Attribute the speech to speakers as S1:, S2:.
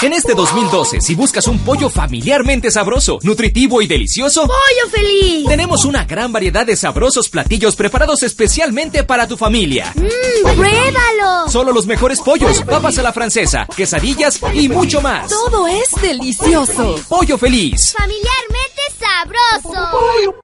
S1: En este 2012, si buscas un pollo familiarmente sabroso, nutritivo y delicioso,
S2: ¡Pollo feliz!
S1: tenemos una gran variedad de sabrosos platillos preparados especialmente para tu familia.
S2: ¡Mmm, pruébalo!
S1: Solo los mejores pollos, papas a la francesa, quesadillas y mucho más.
S3: Todo es delicioso.
S1: Pollo feliz.
S2: ¡Familiarmente sabroso!